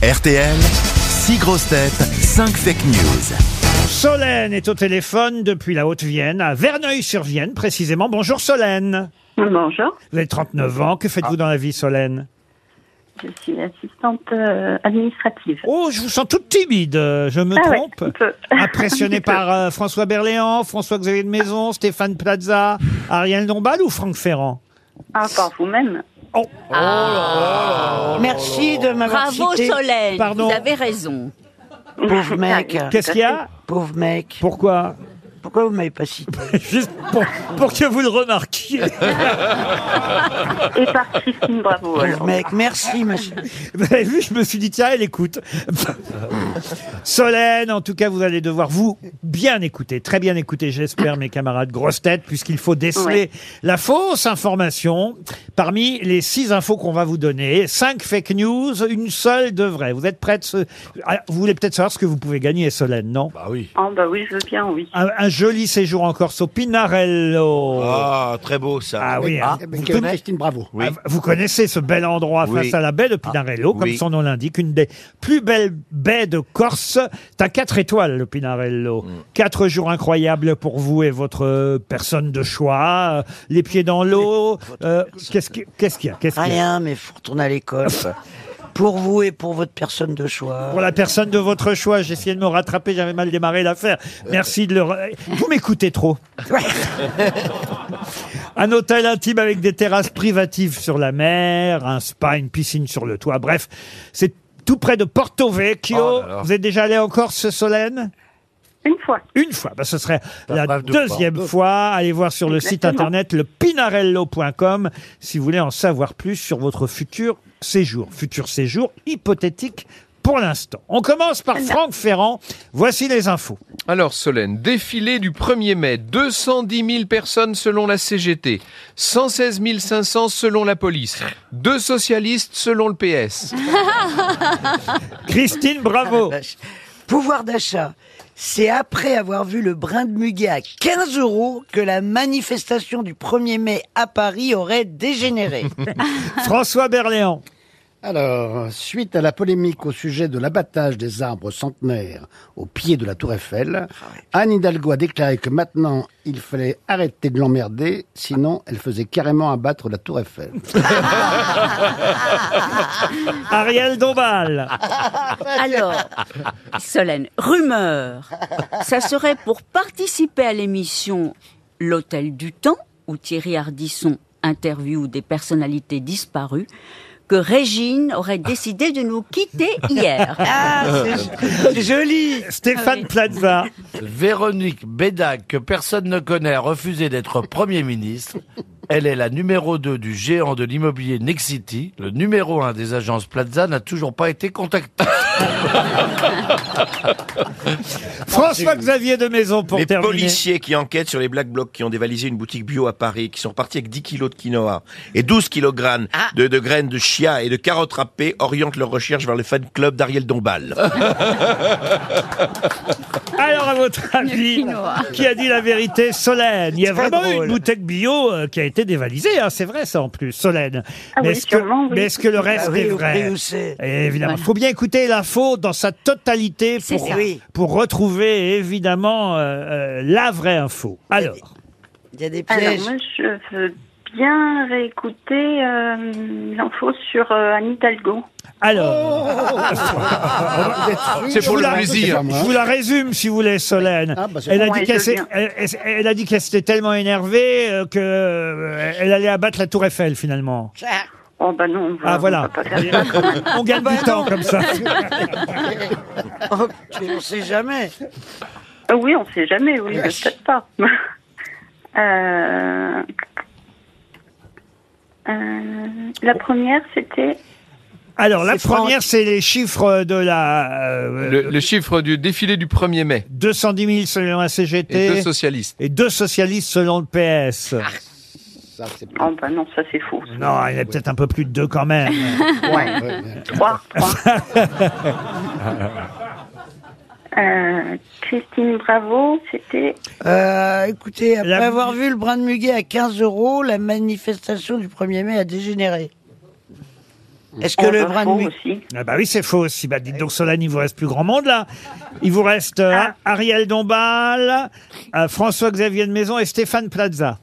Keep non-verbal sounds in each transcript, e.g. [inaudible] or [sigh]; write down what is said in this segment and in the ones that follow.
RTL, 6 grosses têtes, 5 fake news. Solène est au téléphone depuis la Haute-Vienne, à Verneuil-sur-Vienne précisément. Bonjour Solène. Bonjour, Vous avez 39 ans. Que faites-vous dans la vie, Solène je suis assistante euh, administrative. Oh, je vous sens toute timide. euh, Je me Ah ouais, trompe. un peu. [laughs] Impressionné Un petit peu. par euh, François Berléand, François-Xavier de Maison, Stéphane Plaza, Ariel Dombal ou Franck Ferrand Ah, par vous-même. Oh, Merci de m'avoir Bravo cité. Solène, Pardon. vous avez raison. Pauvre mec. qu'est-ce qu'il y a Pauvre mec. Pourquoi [laughs] Pourquoi vous m'avez pas cité Juste pour, pour que vous le remarquiez. Et par Christine Bravo. alors. Pauvre mec. Merci, monsieur. Vous avez vu, je me suis dit, tiens, elle [laughs] écoute. Solène, en tout cas, vous allez devoir vous bien écouter, très bien écouter, j'espère, mes camarades grosses têtes, puisqu'il faut déceler la fausse information parmi les six infos qu'on va vous donner. Cinq fake news, une seule de vraie. Vous êtes prête ce- Ah, Vous voulez peut-être savoir ce que vous pouvez gagner, Solène, non Bah oui. Ah, bah oui, je veux bien, oui. un, un joli séjour en Corse au Pinarello. Ah, très beau ça. Ah oui, hein. vous, conna- bravo. Oui. Ah, Vous connaissez ce bel endroit Oui. face à la baie de Pinarello, comme oui. son nom l'indique, une des plus belles baies de Corse. T'as quatre étoiles, le Pinarello. Mm. Quatre jours incroyables pour vous et votre euh, personne de choix. Euh, Les pieds dans l'eau. Euh, Qu'est-ce qui- qu'est-ce qu'il y a, qu'est-ce qu'il y a Rien, mais faut retourner à l'école. Pour vous et pour votre personne de choix. Pour la personne de votre choix, j'ai essayé de me rattraper, j'avais mal démarré l'affaire. Merci de le... re- Vous m'écoutez trop. Un hôtel intime avec des terrasses privatives sur la mer, un spa, une piscine sur le toit, bref, c'est tout près de Porto Vecchio. Oh là là. Vous êtes déjà allé en Corse, Solène Une fois. Une fois, bah, ce serait la brave de fois. deuxième fois. Allez voir sur le site Exactement. internet le pinarello.com si vous voulez en savoir plus sur votre futur séjour. Futur séjour hypothétique pour l'instant. On commence par Franck Ferrand. Voici les infos. Alors Solène, défilé du 1er mai, 210 000 personnes selon la CGT, 116 500 selon la police, deux socialistes selon le PS. Christine, [laughs] bravo. Pouvoir d'achat. C'est après avoir vu le brin de muguet à 15 euros que la manifestation du 1er mai à Paris [laughs] aurait dégénéré. François Berléand. Alors, suite à la polémique au sujet de l'abattage des arbres centenaires au pied de la Tour Eiffel, Anne Hidalgo a déclaré que maintenant, il fallait arrêter de l'emmerder, sinon elle faisait carrément abattre la Tour Eiffel. Ariel [laughs] Dombal. [laughs] Alors, Solène, rumeur, ça serait pour participer à l'émission L'Hôtel du Temps, où Thierry Ardisson interview des personnalités disparues, que Régine aurait décidé de nous quitter [laughs] hier. Ah, c'est joli. Stéphane Plaza. Véronique Bédac, que personne ne connaît, a refusé d'être Premier ministre. Elle est la numéro 2 du géant de l'immobilier Nexity. Le numéro 1 des agences Plaza n'a toujours pas été contacté. François-Xavier de Maison pour les terminer. policiers qui enquêtent sur les Black Blocs qui ont dévalisé une boutique bio à Paris, qui sont partis avec 10 kilos de quinoa et 12 kilogrammes Ah. de, de graines de chia et de carottes râpées, orientent leurs recherches vers le fan club d'Ariel Dombal. Euh, Alors, à [laughs] votre avis, qui a dit la vérité Solène. Il y a Très vraiment drôle. une bouteille bio euh, qui a été dévalisée, hein, c'est vrai ça en plus, Solène. Ah mais oui, est-ce que, sûrement, oui. mais est-ce que le reste Ah oui, est au vrai Eh prix où c'est. Et Évidemment, il Voilà. faut bien écouter l'info dans sa totalité C'est pour, ça. Oui. pour retrouver évidemment euh, euh, la vraie info. Alors, Il y a des Alors, pièges. moi, je veux bien réécouter euh, l'info sur euh, Anne Hidalgo. alors, C'est je pour le vous la- hein. plaisir. je vous la résume si vous voulez, Solène. Ah, bah, c'est elle, a bon, dit ouais, qu'elle je veux s'est- bien. elle, elle- elle a dit qu'elle s'était tellement énervée euh, que euh, elle allait abattre la Tour Eiffel finalement. Oh, bah non. on va- Ah on va voilà, pas faire ça. [laughs] on gagne du temps comme ça. [laughs] Oh, tu ne sais jamais. Ah oui, on sait jamais, oui, peut-être pas. [laughs] Euh, euh, la première, c'était. Alors, la C'est Franck. première, c'est les chiffres de la euh, Le, le chiffre du défilé du 1er mai 210 000 selon la et deux Ah, CGT socialistes. et deux socialistes selon le PS. Ça, c'est pas Oh, bah non, ça c'est faux. Non, il y en a peut-être un peu plus de deux quand même. vrai, mais- Trois, trois. [laughs] Euh, Christine Bravo, c'était. Euh, écoutez, après La- avoir vu le brin de muguet à 15 euros, la manifestation du 1er mai a dégénéré. Est-ce que le brin de mu- Ah bah oui, c'est faux aussi. Bah dites donc, Solani, il vous reste plus grand monde là. Il vous reste euh, Ah. Ariel Dombal, euh, François-Xavier de Maison et Stéphane Plaza.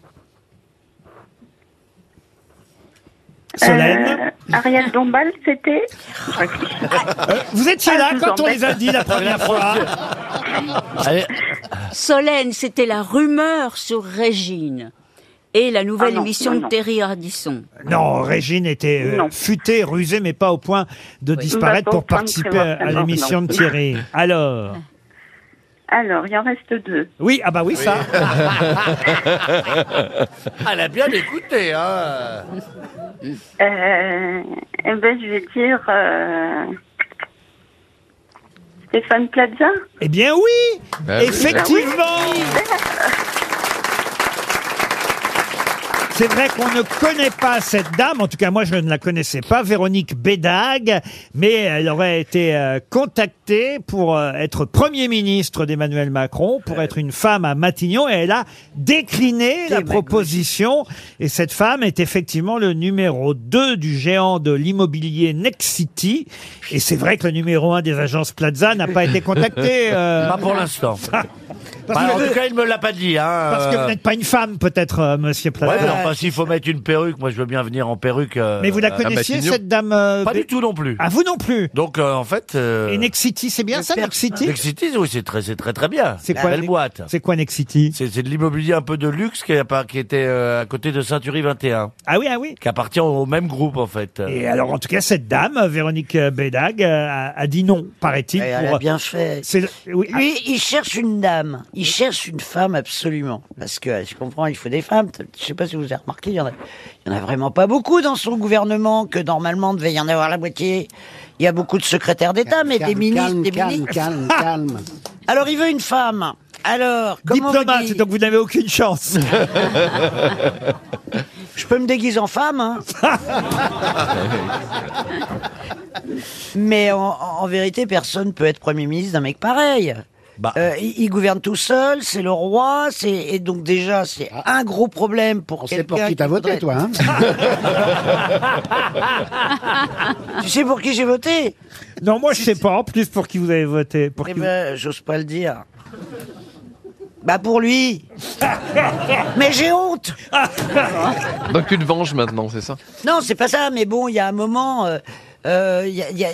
Euh, Solène, Ariel Dombal, c'était [laughs] Je réfléchis. euh, vous étiez Ah, là je vous quand on embête. les a dit la [laughs] première fois. Allez, Solène, c'était la rumeur sur Régine et la nouvelle Ah non, émission non, de non. Terry Ardisson. Non, Régine était euh, Non. futée, rusée, mais pas au point de disparaître Bah, pas au pour point de participer prévoir sa à mort, l'émission non. de Thierry. Alors Alors, il en reste deux. Oui, ah bah oui, ça. elle a Eh bien écouté, hein Euh, eh ben, je vais dire euh, Stéphane Plaza. Eh bien oui, Bah oui. effectivement. C'est vrai qu'on ne connaît pas cette dame, en tout cas moi je ne la connaissais pas, Véronique Bédag, mais elle aurait été euh, contactée pour euh, être Premier ministre d'Emmanuel Macron, Euh. pour être une femme à Matignon, et elle a décliné la proposition. Et cette femme est effectivement le numéro 2 du géant de l'immobilier Nexity. Et c'est vrai que le numéro 1 des agences Plaza n'a pas [laughs] été contacté. euh, Pas pour l'instant. [laughs] parce, Bah, en que, tout cas, il me l'a pas dit. Hein. parce que vous euh. n'êtes pas une femme, peut-être, euh, monsieur Plaza. Ouais, mais enfin, s'il faut mettre une perruque, moi je veux bien venir en perruque. euh, Mais vous la euh, connaissiez, Matignon. cette dame euh, Pas Bé- du tout non plus. Ah, vous non plus Donc euh, en fait. euh, Et Nexity, c'est bien ça, Nexity Nexity, oui, c'est très, c'est très très bien. C'est quoi, Belle Nex- boîte. C'est quoi Nexity C'est c'est de l'immobilier un peu de luxe qui, appa- qui était euh, à côté de Century 21, Ah oui, ah oui. qui appartient au même groupe en fait. Et alors, en tout cas, cette dame, euh, Véronique euh, Bédag, euh, a, a dit non, paraît-il. Eh, Elle pour- a bien fait. C'est- oui, ah, Lui, il cherche une dame. Il cherche une femme absolument. Parce que, je comprends, il faut des femmes. Je sais pas si vous avez remarqué, il y en a, il y en a vraiment pas beaucoup dans son gouvernement, que normalement, devait y en avoir la moitié. Il y a beaucoup de secrétaires d'État, mais des ministres, calme, des calme, ministres. calme, calme. Alors, il veut une femme. Alors, comment on diplomate, dit donc vous n'avez aucune chance. Je peux me déguiser en femme, hein Mais en, en vérité, personne peut être Premier ministre d'un mec pareil. Bah. Euh, il, il gouverne tout seul, c'est le roi, c'est et donc déjà c'est un gros problème pour Ah. On sait pour quelqu'un qui t'as voté, voudrait- toi. Hein hein. Tu sais pour qui j'ai voté non, moi, je sais pas, en plus, pour qui vous avez voté. Pour Eh qui vous- ben, j'ose pas le dire. Bah pour [laughs] lui. mais j'ai honte. Donc tu te venges maintenant, c'est ça Non, c'est pas ça, mais bon, il y a un moment. euh, euh, il y a- il y a-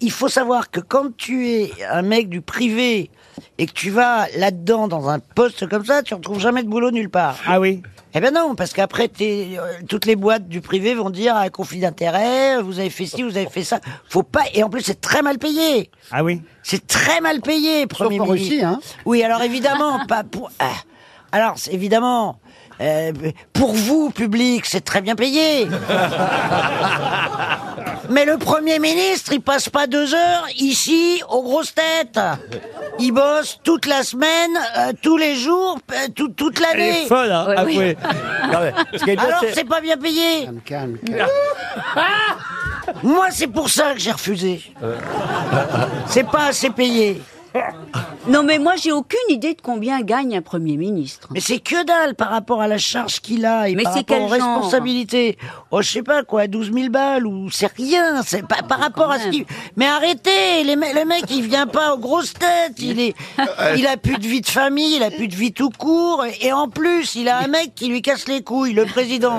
il faut savoir que quand tu es un mec du privé et que tu vas là-dedans dans un poste comme ça, tu ne retrouves jamais de boulot nulle part. Ah oui Eh ben non, parce qu'après, t'es, euh, toutes les boîtes du privé vont dire ah, conflit d'intérêt, vous avez fait ci, vous avez fait ça. Faut pas. Et en plus, c'est très mal payé. Ah oui C'est très mal payé, Premier en ministre. Russie, hein. Oui, alors [laughs] évidemment, pas pour. ah. Alors, c'est évidemment, euh, pour vous, public, c'est très bien [laughs] payé. Mais le Premier ministre, il passe pas deux heures ici, aux grosses têtes. Il bosse toute la semaine, euh, tous les jours, euh, tout- toute Elle est l'année. folle, hein Ouais, ah oui. oui. Non, mais, ce qui est bien, Alors, c'est- c'est pas bien payé. Ah Calme, calme, calme. Moi, c'est pour ça que j'ai refusé. Euh. C'est pas assez payé. Non, mais moi, j'ai aucune idée de combien gagne un Premier ministre. Mais c'est que dalle par rapport à la charge qu'il a et Mais par c'est rapport aux quel genre responsabilités. Oh, je sais pas quoi, 12 000 balles ou c'est rien. C'est pas par rapport à ce Ah, même. qu'il. Mais arrêtez, les me- le mec, il vient pas aux grosses têtes. Il est, il a plus de vie de famille, il a plus de vie tout court. Et en plus, il a un mec qui lui casse les couilles, le président.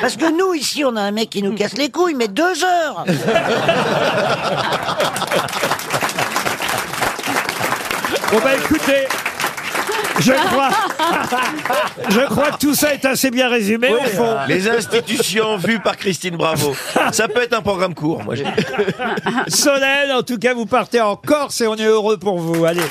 Parce que nous ici, on a un mec qui nous casse les couilles, mais deux heures. Bon bah écoutez, je crois, [laughs] je crois que tout ça est assez bien résumé au fond. euh, Les institutions vues par Christine Bravo. Ça peut être un programme court, moi. je dis. Solène, en tout cas, vous partez en Corse et on est heureux pour vous. Allez.